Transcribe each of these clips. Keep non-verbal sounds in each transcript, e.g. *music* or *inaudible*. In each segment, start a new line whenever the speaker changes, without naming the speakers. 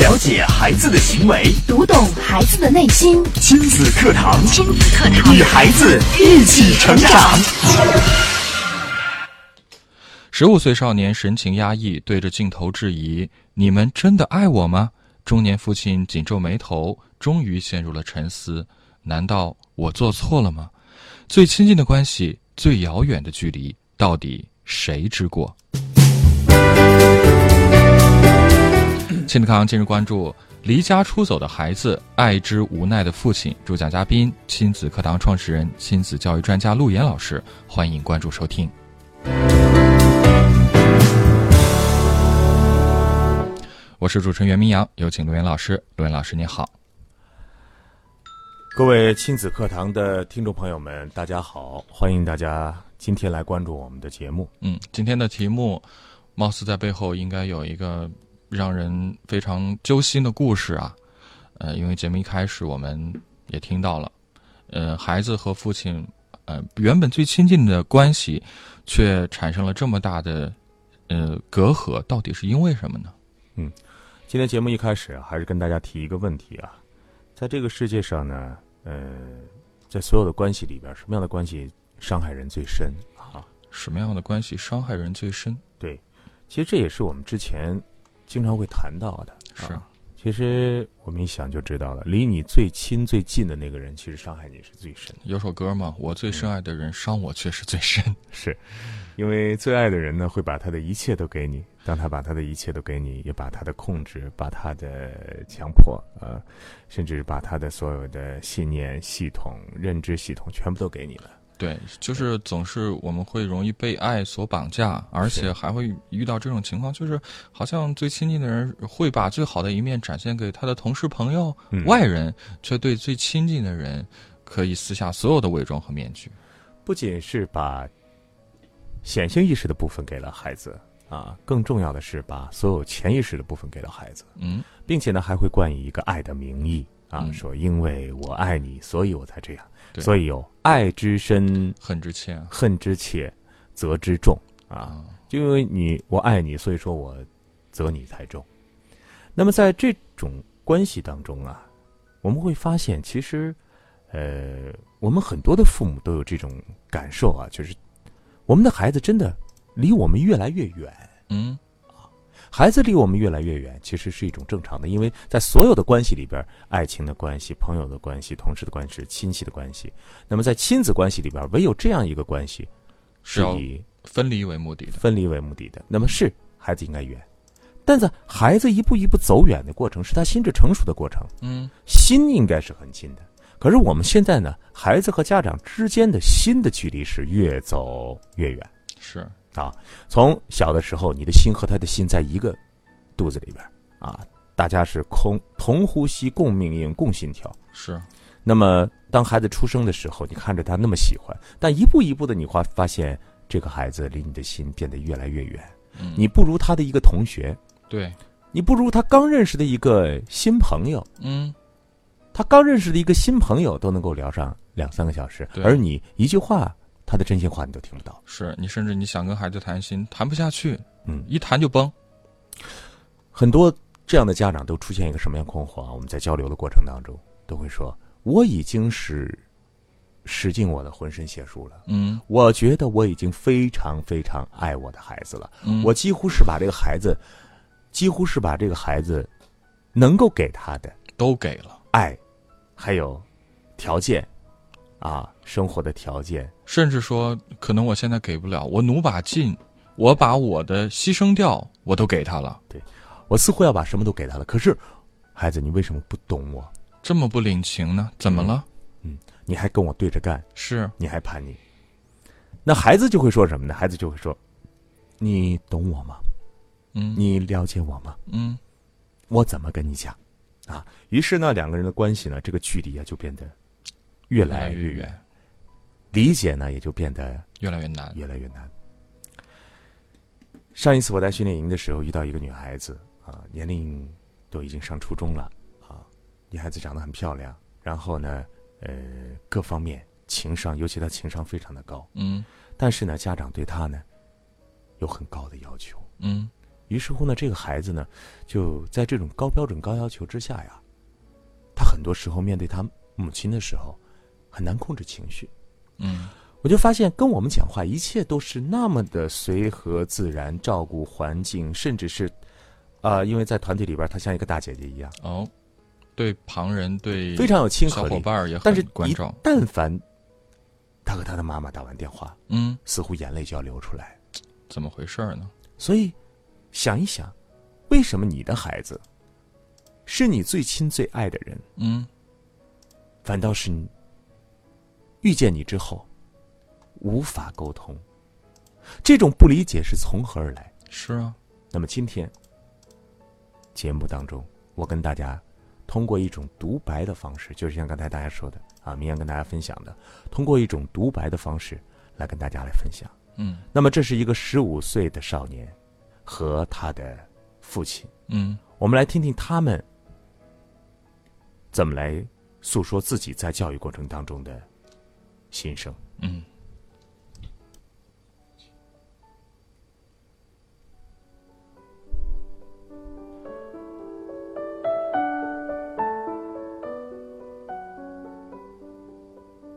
了解孩子的行为，
读懂孩子的内心。
亲子课堂，
亲子课堂，
与孩子一起成长。
十五岁少年神情压抑，对着镜头质疑：“你们真的爱我吗？”中年父亲紧皱眉头，终于陷入了沉思：难道我做错了吗？最亲近的关系，最遥远的距离，到底谁之过？亲子课堂今日关注：离家出走的孩子，爱之无奈的父亲。主讲嘉宾：亲子课堂创始人、亲子教育专家陆岩老师。欢迎关注收听。我是主持人袁明阳，有请陆岩老师。陆岩老师，你好。
各位亲子课堂的听众朋友们，大家好！欢迎大家今天来关注我们的节目。
嗯，今天的题目，貌似在背后应该有一个让人非常揪心的故事啊。呃，因为节目一开始我们也听到了，呃，孩子和父亲，呃，原本最亲近的关系，却产生了这么大的呃隔阂，到底是因为什么呢？
今天节目一开始啊还是跟大家提一个问题啊，在这个世界上呢，呃，在所有的关系里边，什么样的关系伤害人最深啊？
什么样的关系伤害人最深？
其实这也是我们之前经常会谈到的。
是
啊其实我们一想就知道了，离你最亲最近的那个人，其实伤害你是最深的。
有首歌嘛，我最深爱的人伤我却是最深。
是，因为最爱的人呢，会把他的一切都给你。当他把他的一切都给你，也把他的控制、把他的强迫，呃，甚至把他的所有的信念系统、认知系统全部都给你了。
对，就是总是我们会容易被爱所绑架，而且还会遇到这种情况，就是好像最亲近的人会把最好的一面展现给他的同事、朋友、
嗯
外人，却对最亲近的人可以撕下所有的伪装和面具。
不仅是把显性意识的部分给了孩子啊，更重要的是把所有潜意识的部分给了孩子，
嗯，
并且呢，还会冠以一个爱的名义啊，
嗯
说因为我爱你，所以我才这样，
对
所以有爱之深，
很值钱啊
恨之切，责之重啊。
啊，
就因为你我爱你，所以说我责你太重。那么在这种关系当中啊，我们会发现，其实，呃，我们很多的父母都有这种感受啊，就是我们的孩子真的离我们越来越远，
嗯，
孩子离我们越来越远，其实是一种正常的，因为在所有的关系里边，爱情的关系、朋友的关系、同事的关系、亲戚的关系，那么在亲子关系里边，唯有这样一个关系
是哦要
以
分离为目的的。
分离为目的的。那么是孩子应该远，但在孩子一步一步走远的过程，是他心智成熟的过程，
嗯，
心应该是很近的。可是我们现在呢，孩子和家长之间的心的距离是越走越远。
是，
从小的时候，你的心和他的心在一个肚子里边儿啊，大家是空同呼吸、共命运、共心跳。
是，
那么，当孩子出生的时候，你看着他那么喜欢，但一步一步的，你会发现这个孩子离你的心变得越来越远。
嗯，
你不如他的一个同学，
对，
你不如他刚认识的一个新朋友，
嗯，
他刚认识的一个新朋友都能够聊上两三个小时
对，
而你一句话，他的真心话你都听不到。
是你甚至你想跟孩子谈心，谈不下去，
嗯，
一谈就崩。
很多这样的家长都出现一个什么样困惑啊？我们在交流的过程当中都会说，我已经是使尽我的浑身解数了，
嗯，
我觉得我已经非常非常爱我的孩子了，
嗯
我几乎是把这个孩子，几乎是把这个孩子能够给他的
都给了，
爱，还有条件，啊，生活的条件，
甚至说，可能我现在给不了，我努把劲，我把我的牺牲掉，我都给他了，
我似乎要把什么都给他了。可是，孩子，你为什么不懂我？
这么不领情呢？怎么
嗯
了？
你还跟我对着干，
是，
你还叛逆？那孩子就会说什么呢？孩子就会说：“你懂我吗？
嗯
你了解我吗？
嗯，
我怎么跟你讲？”啊，于是呢，两个人的关系呢，这个距离啊就变得越
越来
来
越
越远，
远，
理解呢也就变得
越来越难。
越来越难。上一次我在训练营的时候遇到一个女孩子啊，年龄都已经上初中了啊，女孩子长得很漂亮，然后呢，呃，各方面情商，尤其她情商非常的高，
嗯
但是呢，家长对她呢有很高的要求，
嗯
于是乎呢，这个孩子呢，就在这种高标准、高要求之下呀，他很多时候面对他母亲的时候，很难控制情绪。
嗯
我就发现跟我们讲话，一切都是那么的随和自然，照顾环境，甚至是，啊、因为在团体里边，她像一个大姐姐一样，
哦，对旁人对
非常有亲
嗯小
和
伙
力。
伴儿也很
但是，
关
一
照。
但凡她和她的妈妈打完电话，
嗯，
似乎眼泪就要流出来。
怎么回事儿呢？
所以，想一想，为什么你的孩子是你最亲最爱的人，
嗯
反倒是你遇见你之后无法沟通？这种不理解是从何而来？
是啊，
那么今天节目当中，我跟大家通过一种独白的方式，就是像刚才大家说的啊，明阳跟大家分享的，通过一种独白的方式来跟大家来分享。
嗯
那么这是一个十五岁的少年和他的父亲，
嗯
我们来听听他们怎么来诉说自己在教育过程当中的心声。
嗯，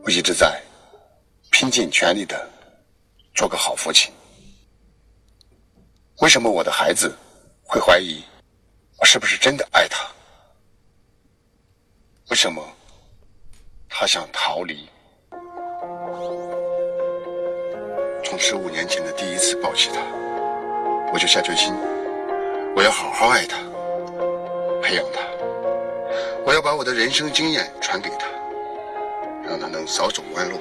我一直在拼尽全力的做个好父亲。为什么我的孩子会怀疑我是不是真的爱他？为什么他想逃离？从十五年前的第一次抱起他，我就下决心，我要好好爱他，培养他，我要把我的人生经验传给他。让他能少走弯路，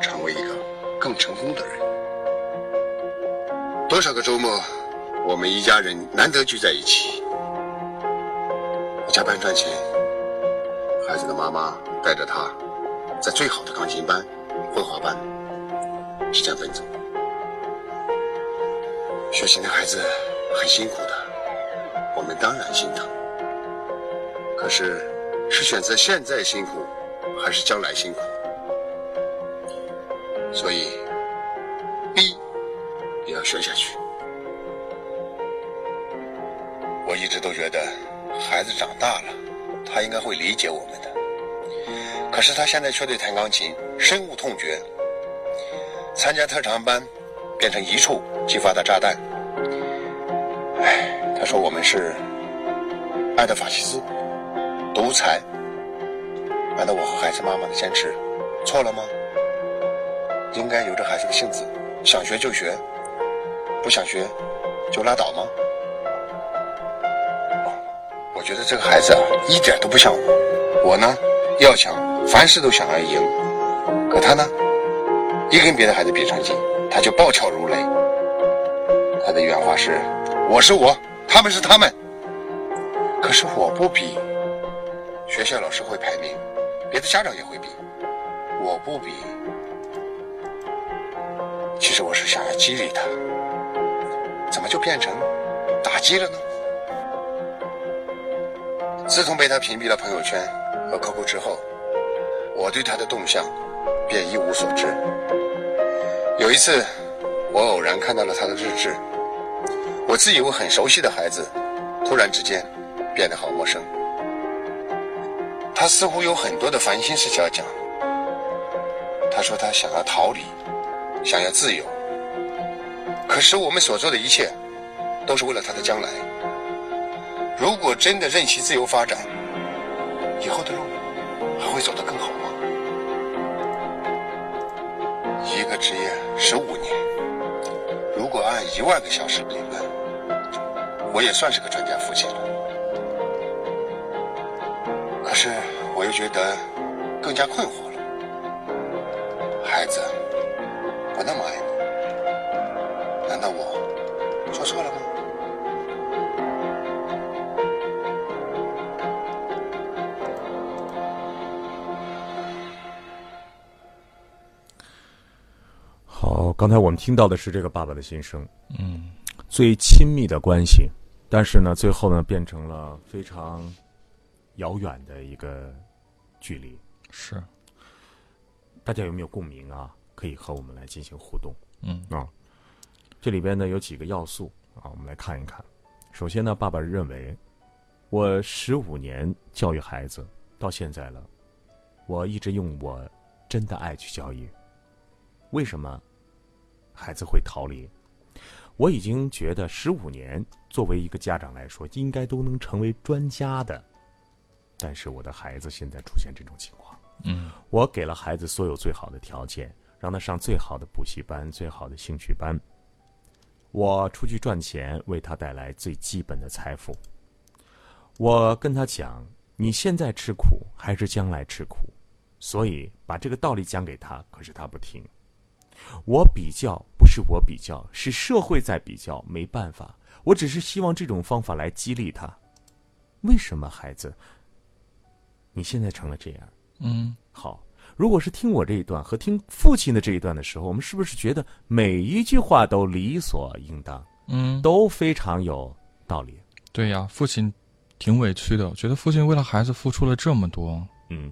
成为一个更成功的人。多少个周末，我们一家人难得聚在一起，我加班赚钱，孩子的妈妈带着他，在最好的钢琴班、绘画班之间奔走。学琴的孩子很辛苦的，我们当然心疼。可是，是选择现在辛苦，还是将来辛苦？所以，逼也要学下去。我一直都觉得，孩子长大了，他应该会理解我们的。可是他现在却对弹钢琴深恶痛绝，参加特长班，变成一触即发的炸弹。唉，他说我们是爱的法西斯。独裁。难道我和孩子妈妈的坚持错了吗？应该由着孩子的性子，想学就学，不想学就拉倒吗？哦我觉得这个孩子啊，一点都不像我。我呢，要强，凡事都想要赢。可他呢，一跟别的孩子比成绩，他就暴跳如雷。他的原话是：“我是我，他们是他们。”可是我不比，学校老师会排名，别的家长也会比，我不比。其实我是想要激励他，怎么就变成打击了呢？自从被他屏蔽了朋友圈和 QQ 之后，我对他的动向便一无所知。有一次，我偶然看到了他的日志，我自以为很熟悉的孩子，突然之间变得好陌生。他似乎有很多的烦心事情要讲。他说他想要逃离，想要自由。可是我们所做的一切，都是为了他的将来。如果真的任其自由发展，以后的路还会走得更好吗？一个职业十五年，如果按一万个小时理论，我也算是个专家父亲了。可是我又觉得更加困惑了。孩子，我那么爱你，难道我做错了吗？
好，刚才我们听到的是这个爸爸的心声，嗯，最亲密的关系，但是呢，最后呢，变成了非常遥远的一个距离。
是，
大家有没有共鸣啊？可以和我们来进行互动。
嗯
啊，这里边呢有几个要素啊，啊，我们来看一看。首先呢，爸爸认为，我十五年教育孩子到现在了，我一直用我真的爱去教育。为什么孩子会逃离？我已经觉得十五年作为一个家长来说，应该都能成为专家的，但是我的孩子现在出现这种情况。
嗯，
我给了孩子所有最好的条件，让他上最好的补习班、最好的兴趣班。我出去赚钱，为他带来最基本的财富。我跟他讲，你现在吃苦还是将来吃苦，所以把这个道理讲给他，可是他不听。我比较不是我比较，是社会在比较，没办法。我只是希望这种方法来激励他。为什么孩子，你现在成了这样？
嗯，
好，如果是听我这一段和听父亲的这一段的时候，我们是不是觉得每一句话都理所应当，
嗯，
都非常有道理？
对呀，父亲挺委屈的，我觉得父亲为了孩子付出了这么多，
嗯，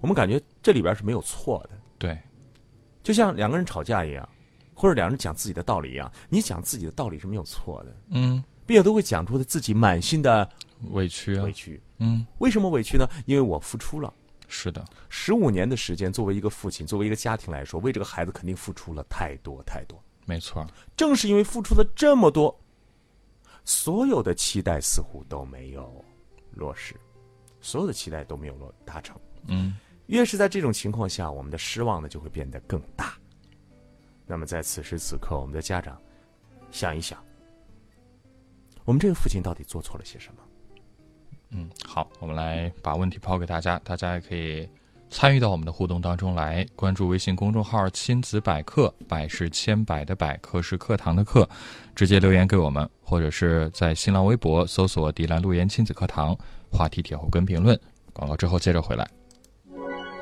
我们感觉这里边是没有错的，
对，
就像两个人吵架一样，或者两人讲自己的道理一样，你讲自己的道理是没有错的，
嗯，
并且都会讲出自己满心的
委屈啊
委，屈。
嗯，
为什么委屈呢？因为我付出了
是的，
十五年的时间，作为一个父亲，作为一个家庭来说，为这个孩子肯定付出了太多太多。
没错儿，
正是因为付出了这么多，所有的期待似乎都没有落实，所有的期待都没有落达成。
嗯，
越是在这种情况下，我们的失望呢就会变得更大。那么在此时此刻，我们的家长想一想，我们这个父亲到底做错了些什么？
嗯，好，我们来把问题抛给大家，大家也可以参与到我们的互动当中来，关注微信公众号“亲子百科”，百是千百的百，课是课堂的课，直接留言给我们，或者是在新浪微博搜索“迪兰路言亲子课堂”，话题帖后跟评论。广告之后接着回来。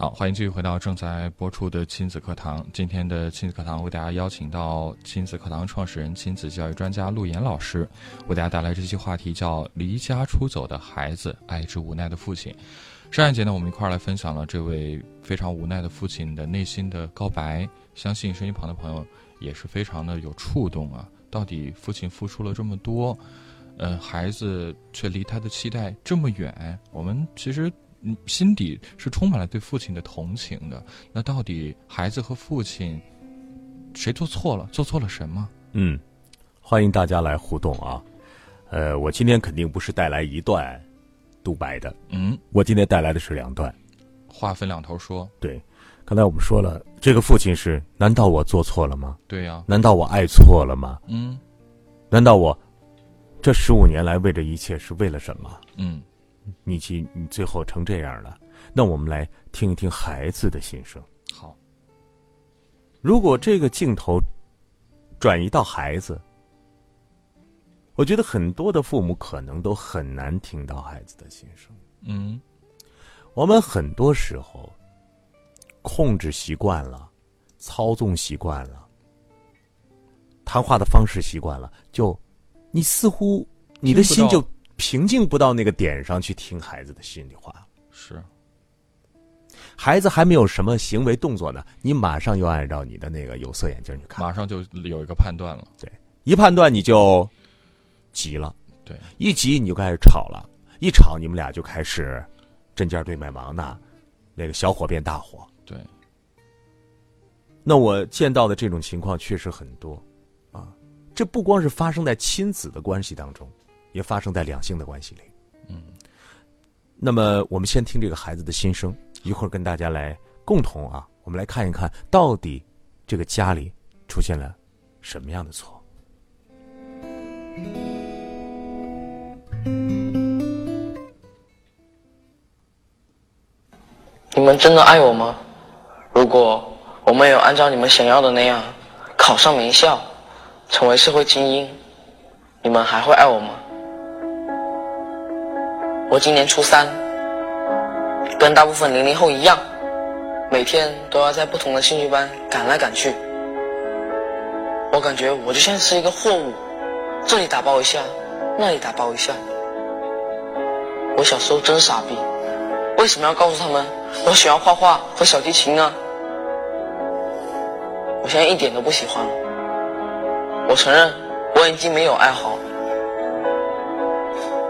好，欢迎继续回到正在播出的亲子课堂。今天的亲子课堂为大家邀请到亲子课堂创始人、亲子教育专家陆岩老师，为大家带来这期话题叫“离家出走的孩子，爱之无奈的父亲”。上一节呢，我们一块儿来分享了这位非常无奈的父亲的内心的告白，相信收音旁的朋友也是非常的有触动啊。到底父亲付出了这么多，呃，孩子却离他的期待这么远，我们其实嗯心底是充满了对父亲的同情的。那到底孩子和父亲谁做错了？做错了什么？
嗯，欢迎大家来互动啊！呃，我今天肯定不是带来一段独白的，
嗯，
我今天带来的是两段。
话分两头说，
对，刚才我们说了，这个父亲是：难道我做错了吗？
对呀、
难道我爱错了吗？
嗯
难道我这十五年来为这一切是为了什么？
嗯
你去，你最后成这样了。那我们来听一听孩子的心声。
好，
如果这个镜头转移到孩子，我觉得很多的父母可能都很难听到孩子的心声。
嗯
我们很多时候控制习惯了，操纵习惯了，谈话的方式习惯了，就你似乎你的心
听不
就平静不到那个点上去听孩子的心里话。
是，
孩子还没有什么行为动作呢，你马上又按照你的那个有色眼镜去看，
马上就有一个判断了。
一判断你就急了，
对，
一急你就开始吵了，一吵你们俩就开始针尖对麦芒那，那个小火变大火。
对，
那我见到的这种情况确实很多，啊，这不光是发生在亲子的关系当中，也发生在两性的关系里。
嗯
那么，我们先听这个孩子的心声，一会儿跟大家来共同啊，我们来看一看到底这个家里出现了什么样的错。
你们真的爱我吗？如果我没有按照你们想要的那样考上名校，成为社会精英，你们还会爱我吗？我今年初三，跟大部分零零后一样，每天都要在不同的兴趣班赶来赶去。我感觉我就像是一个货物，这里打包一下，那里打包一下。我小时候真傻逼，为什么要告诉他们我喜欢画画和小提琴啊？我现在一点都不喜欢了。我承认我已经没有爱好，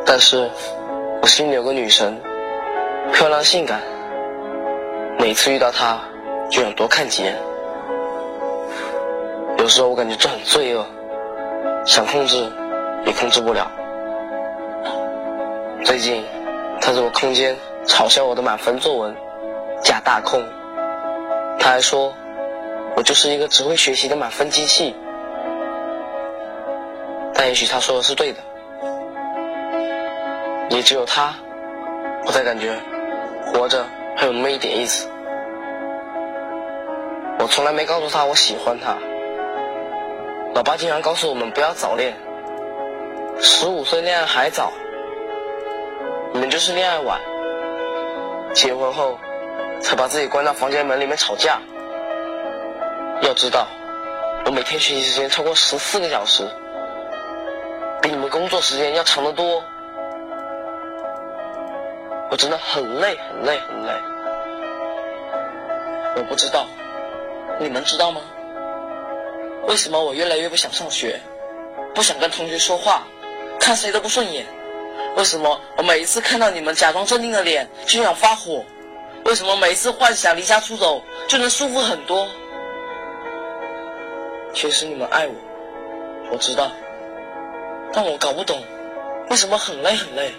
但是我心里有个女神，漂亮性感，每次遇到她就想多看几眼。有时候我感觉这很罪恶，想控制也控制不了。最近，他在我空间嘲笑我的满分作文“假大空”，他还说我就是一个只会学习的满分机器。但也许他说的是对的，也只有他，我才感觉活着还有那么一点意思。我从来没告诉他我喜欢他。老爸经常告诉我们不要早恋，十五岁恋爱还早，你们就是恋爱晚。结婚后，才把自己关到房间门里面吵架。要知道，我每天学习时间超过十四个小时，比你们工作时间要长得多。我真的很累，很累，很累。我不知道，你们知道吗？为什么我越来越不想上学，不想跟同学说话，看谁都不顺眼？为什么我每一次看到你们假装镇定的脸就想发火？为什么每一次幻想离家出走就能舒服很多？其实你们爱我，我知道，但我搞不懂，为什么很累很累，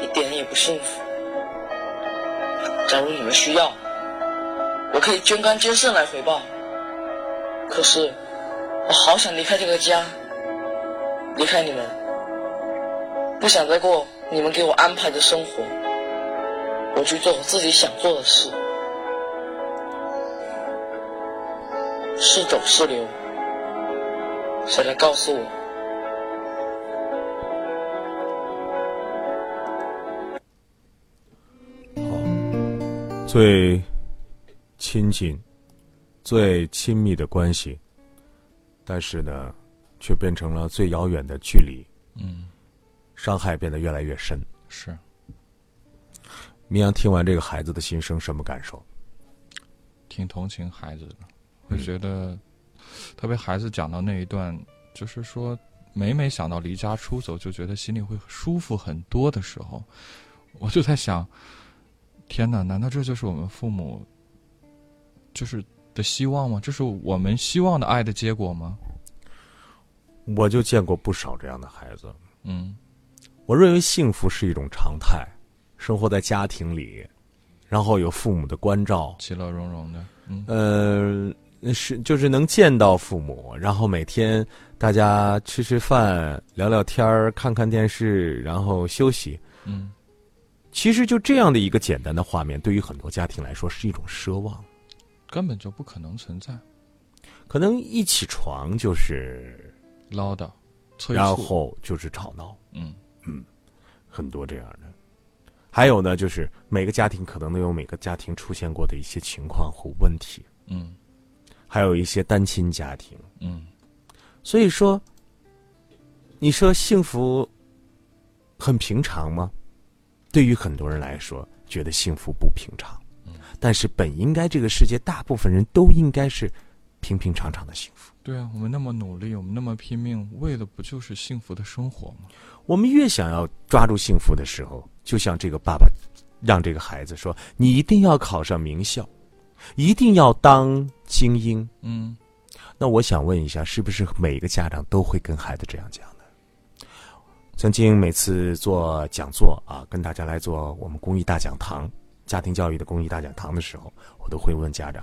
一点也不幸福。假如你们需要，我可以捐肝捐肾来回报。可是，我好想离开这个家，离开你们，不想再过你们给我安排的生活。我去做我自己想做的事，是走是留，谁来告诉我？
最亲近、最亲密的关系，但是呢，却变成了最遥远的距离，
嗯，
伤害变得越来越深。
是
明阳听完这个孩子的心声，什么感受？
挺同情孩子的，我
嗯
觉得，特别孩子讲到那一段，就是说，每每想到离家出走，就觉得心里会舒服很多的时候，我就在想，天哪，难道这就是我们父母，就是的希望吗？这是我们希望的爱的结果吗？
我就见过不少这样的孩子。
嗯
我认为幸福是一种常态，生活在家庭里，然后有父母的关照，
其乐融融的，嗯
呃，是就是能见到父母，然后每天大家吃吃饭、聊聊天儿、看看电视，然后休息。
嗯，
其实就这样的一个简单的画面，对于很多家庭来说是一种奢望。
根本就不可能存在，
可能一起床就是，
唠叨，催
然
促，
后就是吵闹，
嗯，
很多这样的。还有呢，就是每个家庭可能都有每个家庭出现过的一些情况和问题，
嗯
还有一些单亲家庭。
嗯，
所以说，你说幸福很平常吗？对于很多人来说，觉得幸福不平常。但是本应该这个世界大部分人都应该是平平常常的幸福。
对啊，我们那么努力，我们那么拼命，为的不就是幸福的生活吗？
我们越想要抓住幸福的时候，就像这个爸爸让这个孩子说：“你一定要考上名校，一定要当精英。
嗯。”
那我想问一下，是不是每个家长都会跟孩子这样讲呢？曾经每次做讲座啊，跟大家来做我们公益大讲堂、家庭教育的公益大讲堂的时候，我都会问家长：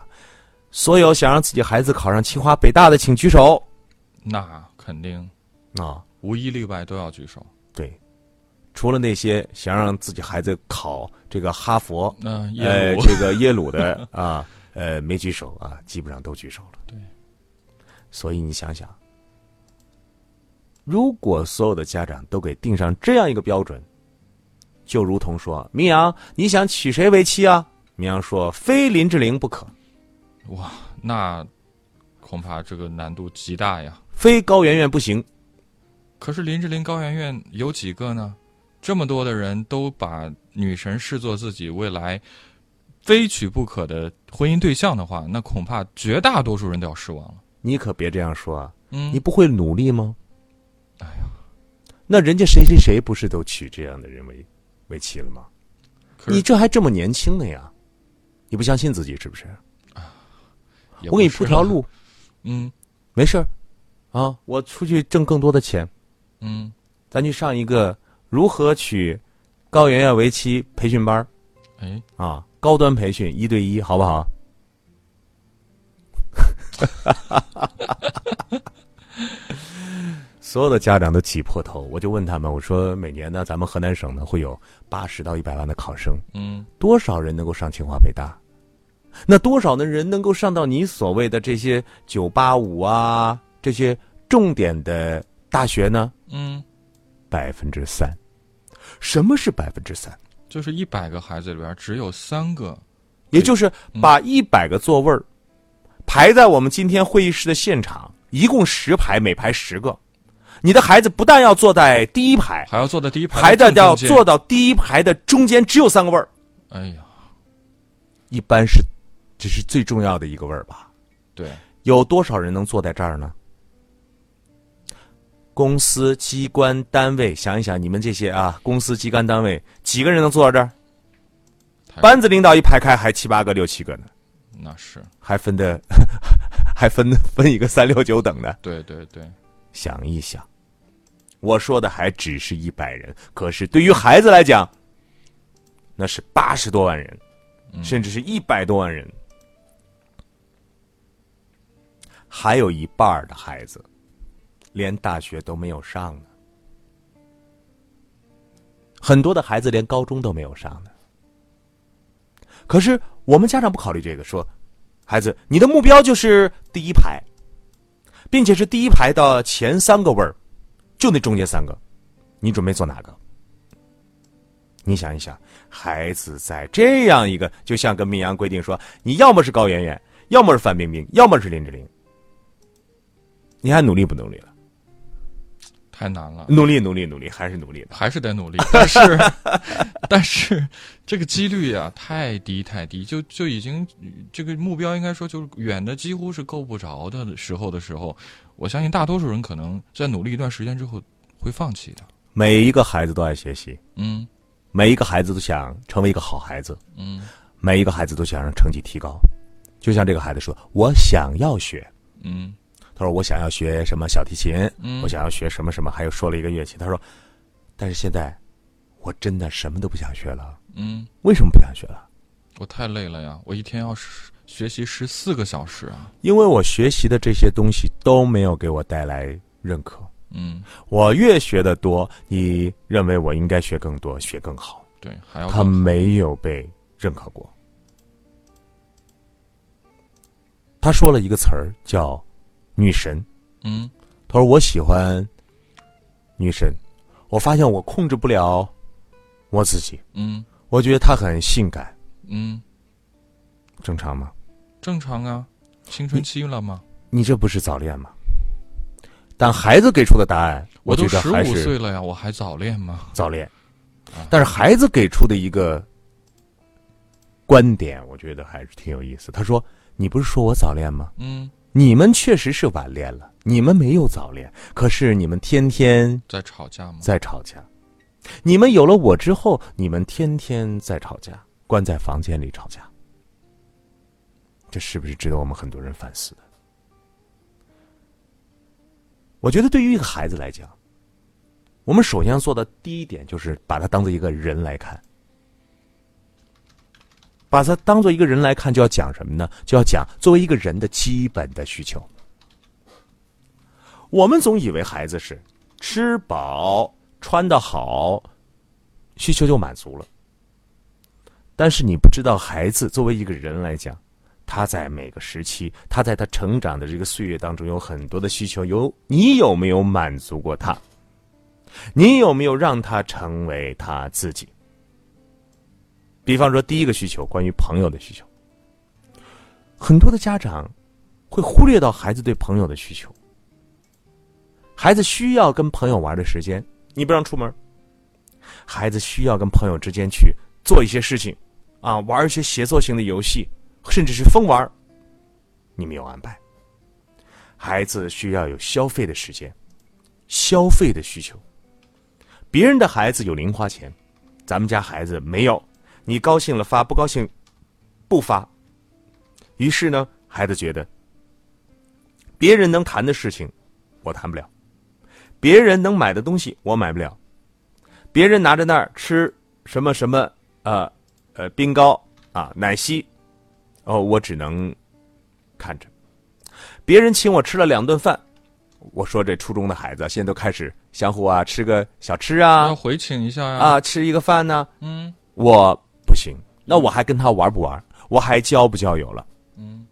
所有想让自己孩子考上清华北大的，请举手
那肯定
啊、
无一例外都要举手。
对，除了那些想让自己孩子考这个哈佛、
那
呃
耶鲁、
这个耶鲁的 *laughs* 啊，呃没举手啊，基本上都举手了。
对，
所以你想想，如果所有的家长都给定上这样一个标准，就如同说：“明阳，你想娶谁为妻啊？”明阳说：“非林志玲不可，
哇，那恐怕这个难度极大呀。
非高圆圆不行。
可是林志玲、高圆圆有几个呢？这么多的人都把女神视作自己未来非娶不可的婚姻对象的话，那恐怕绝大多数人都要失望了。”
你可别这样说啊！
嗯，
你不会努力吗？
哎呀，
那人家谁谁谁不是都娶这样的人为为妻了吗？
可是
你这还这么年轻呢呀！你不相信自己是不是？
也
我给你
不
铺
是
条
了，
路，
嗯
没事儿啊，我出去挣更多的钱，
嗯，
咱去上一个如何娶高圆圆为妻培训班儿
哎，
啊，高端培训一对一，好不好？ *laughs* 所有的家长都挤破头，我就问他们，我说每年呢，咱们河南省呢会有八十到一百万的考生，
嗯
多少人能够上清华北大？那多少的人能够上到你所谓的这些九八五啊这些重点的大学呢？
嗯，
百分之三。什么是百分之三？
就是一百个孩子里边只有三个，
也就是把一百个座位儿排在我们今天会议室的现场，一共十排，每排十个。你的孩子不但要坐在第一排，
还要坐在第一排，
还得要
间。
坐到第一排的中间，只有三个位儿。
哎呀，
一般是，这是最重要的一个位儿吧？
对，
有多少人能坐在这儿呢？公司、机关单位，想一想，你们这些啊，公司、机关单位几个人能坐到这儿？
太
班子领导一排开，还七八个、六七个呢，
那是
还分的， *laughs* 还分分一个三六九等的。
对对对，
想一想，我说的还只是一百人，可是对于孩子来讲，那是八十多万人，
嗯
甚至是一百多万人，还有一半儿的孩子连大学都没有上呢，很多的孩子连高中都没有上呢。可是我们家长不考虑这个，说孩子，你的目标就是第一排，并且是第一排的前三个位儿，就那中间三个，你准备坐哪个？你想一想，孩子在这样一个，就像跟明阳规定说，你要么是高圆圆，要么是范冰冰，要么是林志玲，你还努力不努力了？
太难了。
努力，努力，努力，还是努力的。
还是得努力，但是， *laughs* 但是这个几率啊太低太低，就就已经这个目标应该说就是远的几乎是够不着的时候的时候，我相信大多数人可能在努力一段时间之后会放弃的。
每一个孩子都爱学习，
嗯
每一个孩子都想成为一个好孩子，
嗯
每一个孩子都想让成绩提高。就像这个孩子说：“我想要学。”
嗯
他说我想要学什么小提琴，
嗯
我想要学什么什么，还有说了一个乐器。他说，但是现在我真的什么都不想学了。
嗯，
为什么不想学了？
我太累了呀，我一天要十学习十四个小时啊。
因为我学习的这些东西都没有给我带来认可。
嗯，
我越学的多，你认为我应该学更多，学更好，
对，还要
他没有被认可过。他说了一个词儿叫“女神”，
嗯
他说我喜欢女神，我发现我控制不了我自己，
嗯
我觉得她很性感，
嗯，
正常吗？
正常啊，青春期了吗？
你这不是早恋吗？但孩子给出的答案，我
都
觉得
十
还
五
是
岁了呀，啊我还早恋吗？
早恋。但是孩子给出的一个观点，我觉得还是挺有意思。他说：“你不是说我早恋吗？
嗯，
你们确实是晚恋了，你们没有早恋，可是你们天天
在吵架吗？
在吵架。你们有了我之后，你们天天在吵架，关在房间里吵架，这是不是值得我们很多人反思的？我觉得对于一个孩子来讲，我们首先要做的第一点就是把他当做一个人来看，把他当做一个人来看，就要讲什么呢？就要讲作为一个人的基本的需求。我们总以为孩子是吃饱、穿得好，需求就满足了。但是你不知道，孩子作为一个人来讲，他在每个时期，他在他成长的这个岁月当中，有很多的需求。有你有没有满足过他？你有没有让他成为他自己？比方说第一个需求，关于朋友的需求，很多的家长会忽略到孩子对朋友的需求。孩子需要跟朋友玩的时间，你不让出门；孩子需要跟朋友之间去做一些事情，啊，玩一些协作型的游戏，甚至是疯玩，你没有安排。孩子需要有消费的时间，消费的需求。别人的孩子有零花钱，咱们家孩子没有。你高兴了发，不高兴不发。于是呢，孩子觉得别人能谈的事情，我谈不了；别人能买的东西，我买不了；别人拿着那儿吃什么什么呃呃冰糕啊奶昔，哦，我只能看着。别人请我吃了两顿饭，我说这初中的孩子现在都开始相互啊吃个小吃
要
啊
回请一下呀、
啊吃一个饭呢、
嗯，
我不行，那我还跟他玩不玩？我还交不交友了？
嗯，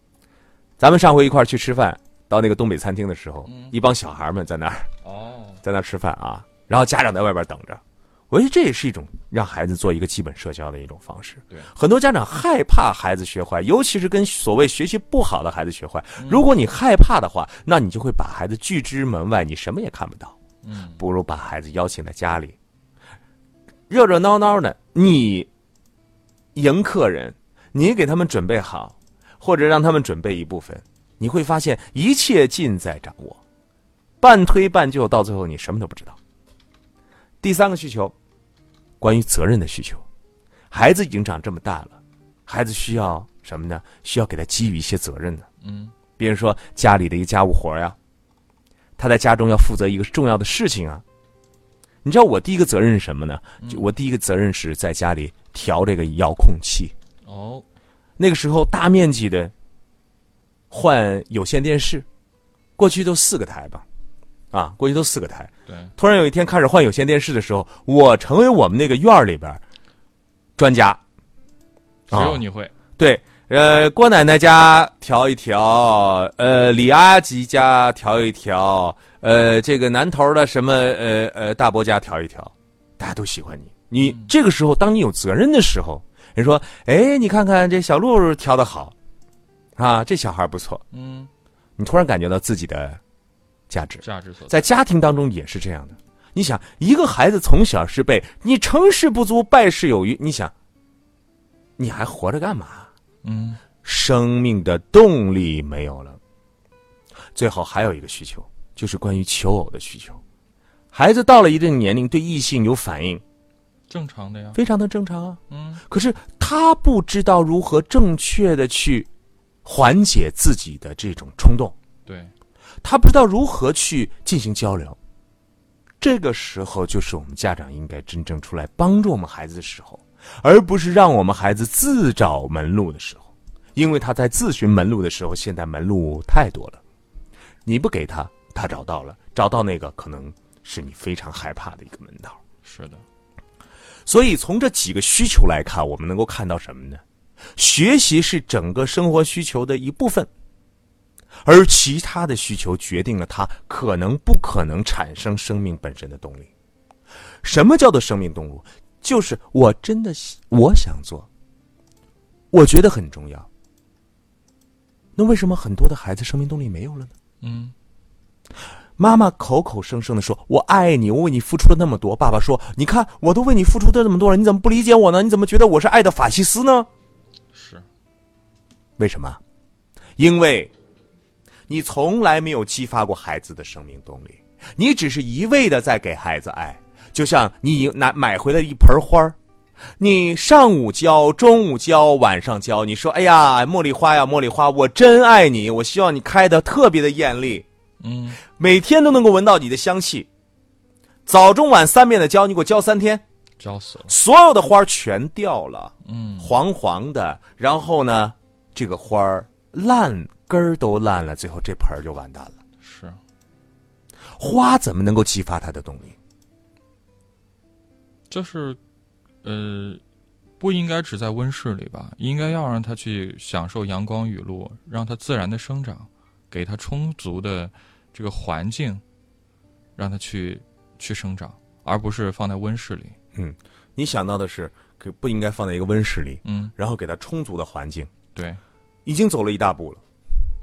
咱们上回一块儿去吃饭，到那个东北餐厅的时候，一帮小孩们在那儿
嗯哦，
在那儿吃饭啊，然后家长在外边等着。我觉得这也是一种让孩子做一个基本社交的一种方式。
对
很多家长害怕孩子学坏，尤其是跟所谓学习不好的孩子学坏。
嗯
如果你害怕的话，那你就会把孩子拒之门外，你什么也看不到。
嗯，
不如把孩子邀请在家里，热热闹闹的，你迎客人，你给他们准备好，或者让他们准备一部分，你会发现一切尽在掌握，半推半就，到最后你什么都不知道。第三个需求，关于责任的需求，孩子已经长这么大了，孩子需要什么呢？需要给他给予一些责任呢。
嗯，
比如说家里的一个家务活呀、他在家中要负责一个重要的事情啊。你知道我第一个责任是什么呢？就我第一个责任是在家里调这个遥控器。
哦，
那个时候大面积的换有线电视，过去都四个台吧，啊，过去都四个台。
对，
突然有一天开始换有线电视的时候，我成为我们那个院儿里边儿专家。
只
啊
有你会，
对，呃，郭奶奶家调一调，呃，李阿吉家调一调，呃，这个南头的什么呃呃大伯家调一调，大家都喜欢你。你这个时候，当你有责任的时候，人说，哎，你看看这小鹿调的好，啊，这小孩不错，
嗯，
你突然感觉到自己的价值。
价值所在，
在家庭当中也是这样的。你想，一个孩子从小是被你成事不足败事有余，你想，你还活着干嘛？
嗯，
生命的动力没有了。最后还有一个需求，就是关于求偶的需求。孩子到了一定年龄，对异性有反应，
正常的呀，
非常的正常啊。
嗯，
可是他不知道如何正确的去缓解自己的这种冲动，
对，
他不知道如何去进行交流。这个时候，就是我们家长应该真正出来帮助我们孩子的时候，而不是让我们孩子自找门路的时候。因为他在自寻门路的时候，现在门路太多了，你不给他，他找到了，找到那个可能是你非常害怕的一个门道。
是的，
所以从这几个需求来看，我们能够看到什么呢？学习是整个生活需求的一部分，而其他的需求决定了它可能不可能产生生命本身的动力。什么叫做生命动物？就是我真的喜我想做，我觉得很重要。那为什么很多的孩子生命动力没有了呢？
嗯，
妈妈口口声声的说：“我爱你，我为你付出了那么多。”爸爸说：“你看，我都为你付出的那么多了，你怎么不理解我呢？你怎么觉得我是爱的法西斯呢
是，？”
为什么？因为，你从来没有激发过孩子的生命动力，你只是一味的在给孩子爱，就像你拿买回来一盆花儿。你上午浇，中午浇，晚上浇。你说：“哎呀，茉莉花呀，茉莉花，我真爱你，我希望你开的特别的艳丽。”
嗯，
每天都能够闻到你的香气。早中晚三遍的浇，你给我浇三天，
浇死了，
所有的花儿全掉了，
嗯，
黄黄的。然后呢，这个花儿烂根儿都烂了，最后这盆儿就完蛋了。
是，
花怎么能够激发它的动力？
这是，呃，不应该只在温室里吧？应该要让它去享受阳光雨露，让它自然的生长，给它充足的这个环境，让它去去生长，而不是放在温室里。
你想到的是可不应该放在一个温室里，
嗯，
然后给他充足的环境。
对，
已经走了一大步了，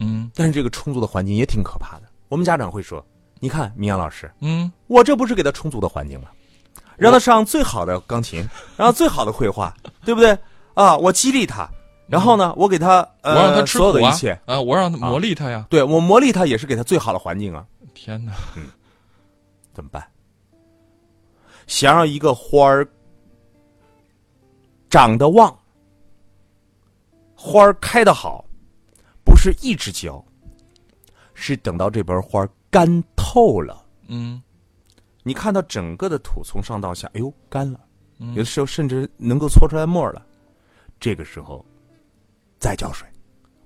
嗯
但是这个充足的环境也挺可怕的。我们家长会说：“你看，明阳老师，
嗯，
我这不是给他充足的环境吗？让他上最好的钢琴，然后最好的绘画，对不对？啊，我激励他，然后呢，我给他
我
呃
让他吃苦
所有的
啊
一切，
啊，我让他磨砺他呀。
对我磨砺他也是给他最好的环境啊，
天哪，
怎么办？想让一个花儿长得旺，花儿开得好，不是一直浇，是等到这盆花儿干透了。
嗯
你看到整个的土从上到下，哎呦，干了，
嗯
有的时候甚至能够搓出来沫儿了。这个时候再浇水，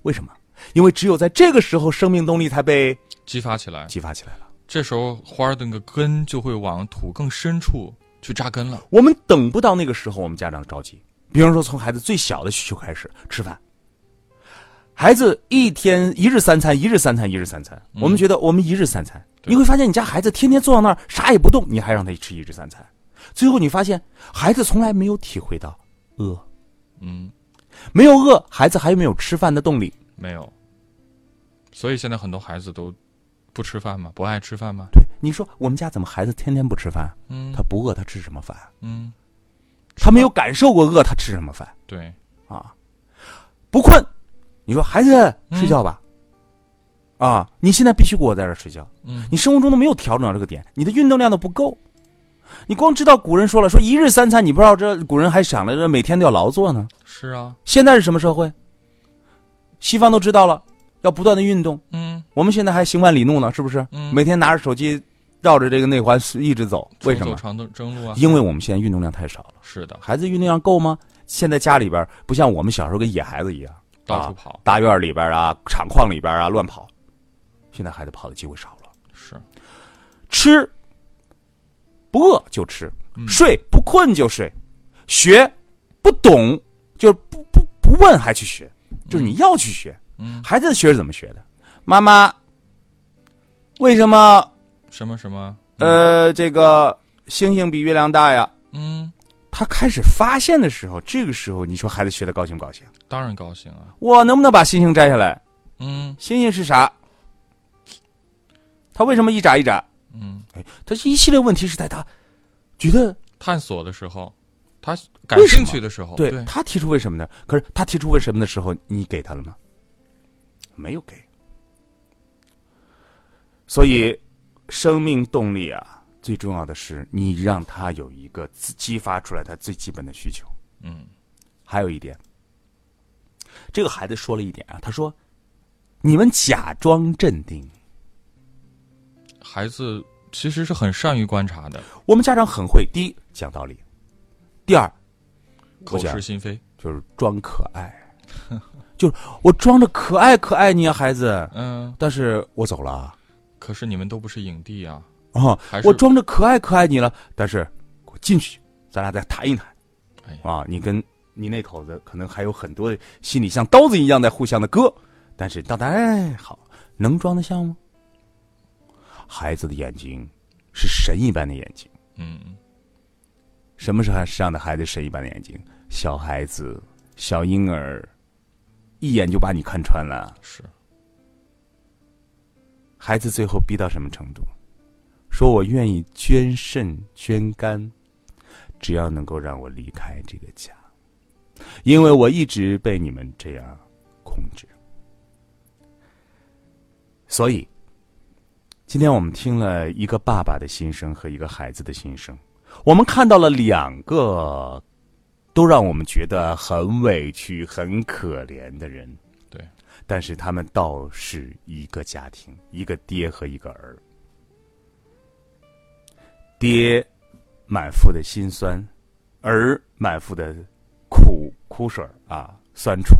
为什么？因为只有在这个时候，生命动力才被
激发起来，
激发起来了。
这时候花儿的那个根就会往土更深处去扎根了。
我们等不到那个时候，我们家长着急。比方说，从孩子最小的需求开始，吃饭。孩子一天一日三餐，一日三餐，一日三餐。我们觉得我们一日三餐，
嗯对
你会发现你家孩子天天坐到那儿啥也不动，你还让他吃一日三餐，最后你发现孩子从来没有体会到饿，
嗯，
没有饿，孩子还没有吃饭的动力。
没有。所以现在很多孩子都不吃饭嘛，不爱吃饭嘛。
对，你说我们家怎么孩子天天不吃饭？
嗯
他不饿，他吃什么饭？
嗯，
他没有感受过饿，他吃什么饭？
对，
不困，你说孩子
嗯
睡觉吧，啊，你现在必须给我在这儿睡觉。
嗯
你生活中都没有调整到这个点，你的运动量都不够，你光知道古人说了说一日三餐，你不知道这古人还想着这每天都要劳作呢。
是啊，
现在是什么社会？西方都知道了，要不断的运动。
嗯，
我们现在还行万里路呢，是不是？
嗯
每天拿着手机绕着这个内环一直走，为什么
走？长征征路啊？
因为我们现在运动量太少了。
是的，
孩子运动量够吗？现在家里边不像我们小时候跟野孩子一样，
到
啊
处跑
大院里边啊、厂矿里边啊乱跑。现在孩子跑的机会少了，
是，
吃不饿就吃，睡不困就睡，学不懂就是不不不问还去学，就是你要去学。
嗯，
孩子学是怎么学的？妈妈，为什么
什么什么，
呃这个星星比月亮大呀？
嗯，
他开始发现的时候，这个时候你说孩子学的高兴不高兴？
当然高兴啊，
我能不能把星星摘下来？
嗯
星星是啥？他为什么一眨一眨？哎
嗯，
他这一系列问题是在他觉得
探索的时候，他感
为什
兴
么
趣的时候，
对
对，
他提出为什么呢？可是他提出为什么的时候，你给他了吗？没有给。所以，生命动力啊，最重要的是你让他有一个自激发出来他最基本的需求。
嗯
还有一点，这个孩子说了一点啊，他说：“你们假装镇定。”
孩子其实是很善于观察的，
我们家长很会，第一讲道理，第二
口
讲
是心非，
就是装可爱， *laughs* 就是我装着可爱可爱你啊，孩子，
嗯，
但是我走了啊，
可是你们都不是影帝啊，
啊
还是
我装着可爱可爱你了，但是我进去，咱俩再谈一谈
哎呀，
啊，你跟你那口子可能还有很多心里像刀子一样在互相的割，但是到达哎好，能装得像吗？孩子的眼睛是神一般的眼睛。
嗯，
什么时候是让的孩子神一般的眼睛？小孩子、小婴儿，一眼就把你看穿了。
是，
孩子最后逼到什么程度？说我愿意捐肾捐肝，只要能够让我离开这个家，因为我一直被你们这样控制。所以，今天我们听了一个爸爸的心声和一个孩子的心声，我们看到了两个都让我们觉得很委屈、很可怜的人。
对，
但是他们倒是一个家庭，一个爹和一个儿。爹满腹的辛酸，儿满腹的苦苦水儿啊，酸楚。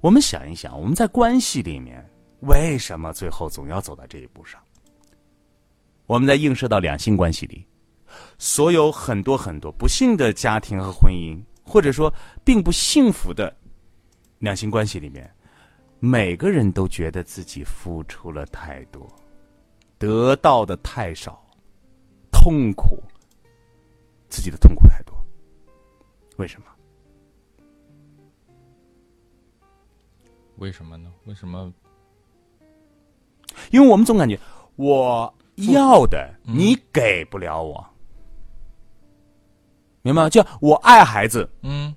我们想一想，我们在关系里面为什么最后总要走到这一步上？我们在映射到两性关系里，所有很多很多不幸的家庭和婚姻，或者说并不幸福的两性关系里面，每个人都觉得自己付出了太多，得到的太少，痛苦，自己的痛苦太多。为什么？
为什么呢？为什么？
因为我们总感觉我要的你给不了我，明白吗？就我爱孩子，
嗯，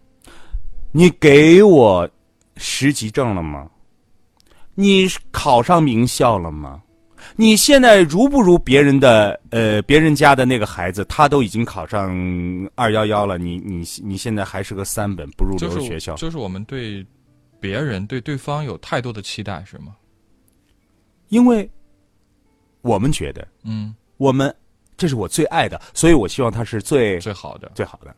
你给我十级证了吗？你考上名校了吗？你现在如不如别人的呃别人家的那个孩子？他都已经考上二幺幺了，你你你现在还是个三本不入
就
流
是
学校，
就是我们对别人对对方有太多的期待，是吗？
因为我们觉得
嗯，
我们这是我最爱的，所以我希望他是最
最好的，
最好的。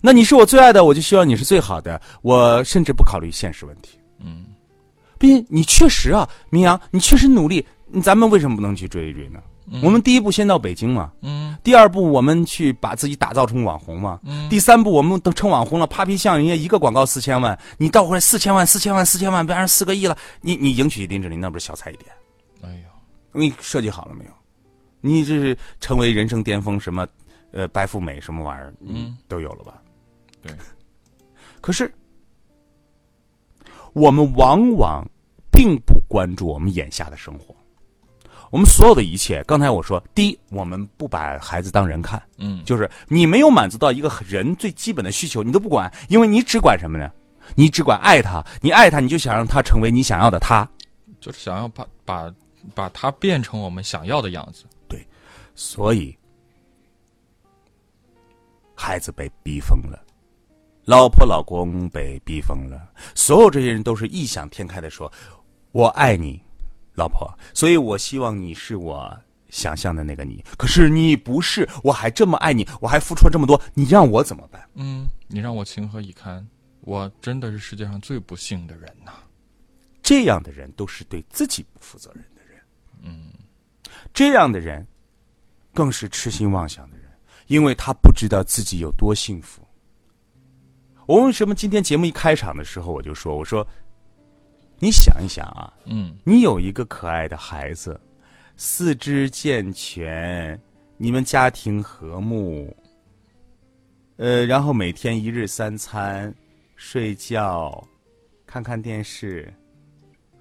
那你是我最爱的，我就希望你是最好的。我甚至不考虑现实问题，
嗯，
毕竟你确实啊，明阳，你确实努力，咱们为什么不能去追一追呢？
嗯
我们第一步先到北京嘛，
嗯
第二步我们去把自己打造成网红嘛，
嗯
第三步我们都成网红了，啪皮像人家一个广告四千万，你到回来四千万、四千万、四千万，变成四个亿了，你你赢取一定之力，那不是小菜一碟？
哎呀，
你设计好了没有？你这是成为人生巅峰什么，呃，白富美什么玩意儿，
嗯，
都有了吧？
对。
*laughs* 可是，我们往往并不关注我们眼下的生活，我们所有的一切。刚才我说，第一，我们不把孩子当人看，
嗯，
就是你没有满足到一个人最基本的需求，你都不管，因为你只管什么呢？你只管爱他，你爱他，你就想让他成为你想要的他。
就是想要把把把它变成我们想要的样子。
所以，孩子被逼疯了，老婆老公被逼疯了，所有这些人都是异想天开的说：“我爱你，老婆，所以我希望你是我想象的那个你。”可是你不是，我还这么爱你，我还付出了这么多，你让我怎么办？
嗯，你让我情何以堪？我真的是世界上最不幸的人呐、
这样的人都是对自己不负责任的人。嗯，这样的人更是痴心妄想的人，因为他不知道自己有多幸福。我为什么今天节目一开场的时候我就说，我说，你想一想啊，
嗯
你有一个可爱的孩子，四肢健全，你们家庭和睦，呃，然后每天一日三餐，睡觉，看看电视。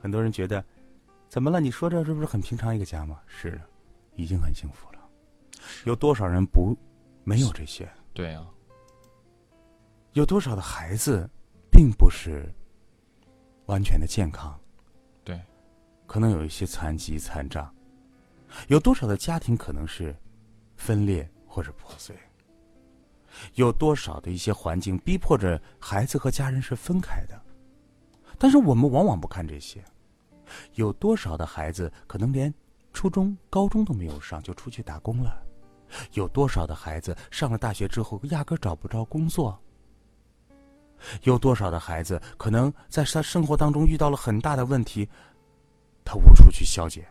很多人觉得，怎么了？你说这是不是很平常一个家吗？是的，已经很幸福了。有多少人不没有这些？，
对啊，
有多少的孩子并不是完全的健康？
对，
可能有一些残疾残障，有多少的家庭可能是分裂或者破碎，有多少的一些环境逼迫着孩子和家人是分开的，但是我们往往不看这些，有多少的孩子可能连初中、高中都没有上就出去打工了，有多少的孩子上了大学之后压根儿找不着工作。有多少的孩子可能在他生活当中遇到了很大的问题，他无处去消解。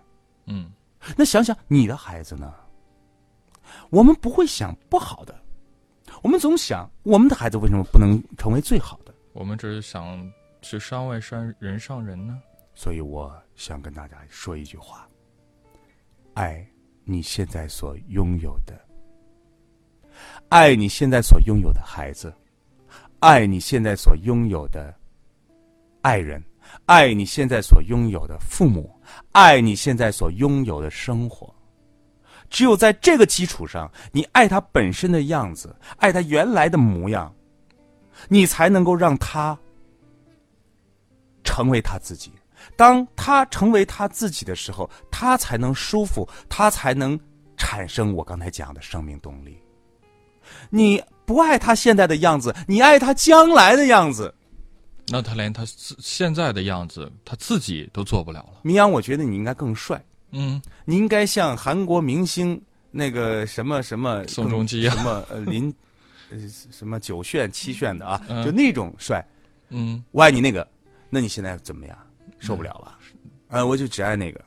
嗯，
那想想你的孩子呢？我们不会想不好的，我们总想我们的孩子为什么不能成为最好的？
我们只是想去山外山人上人呢。
所以我想跟大家说一句话：爱你现在所拥有的，爱你现在所拥有的孩子，爱你现在所拥有的爱人，爱你现在所拥有的父母，爱你现在所拥有的生活。只有在这个基础上，你爱他本身的样子，爱他原来的模样，你才能够让他成为他自己。当他成为他自己的时候，他才能舒服，他才能产生我刚才讲的生命动力。你不爱他现在的样子，你爱他将来的样子。
那他连他自现在的样子他自己都做不了了。
明阳，我觉得你应该更帅，
嗯，
你应该像韩国明星那个什么什
*laughs*
么
宋仲基啊
什么呃林，呃什么九炫七炫的啊，
嗯
就那种帅。
嗯，
我爱你那个，那你现在怎么样？受不了了？
嗯
呃，我就只爱那个。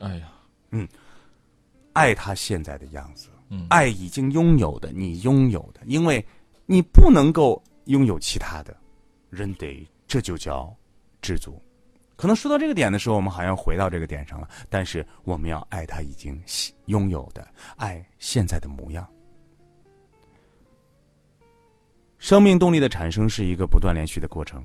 哎呀，
爱他现在的样子，
嗯
爱已经拥有的，你拥有的，因为你不能够拥有其他的，人得这就叫知足。可能说到这个点的时候，我们好像回到这个点上了，但是我们要爱他已经喜拥有的，爱现在的模样。生命动力的产生是一个不断连续的过程。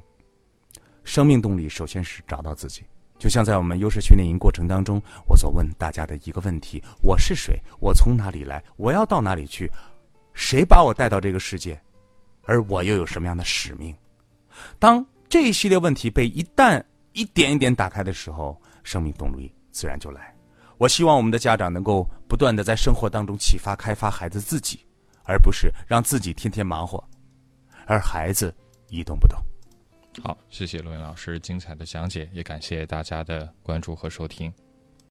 生命动力首先是找到自己，就像在我们优势训练营过程当中，我所问大家的一个问题：我是谁？我从哪里来？我要到哪里去？谁把我带到这个世界？而我又有什么样的使命？当这一系列问题被一旦一点一点打开的时候，生命动力自然就来。我希望我们的家长能够不断的在生活当中启发、开发孩子自己，而不是让自己天天忙活，而孩子一动不动。
好，谢谢罗云老师精彩的讲解，也感谢大家的关注和收听。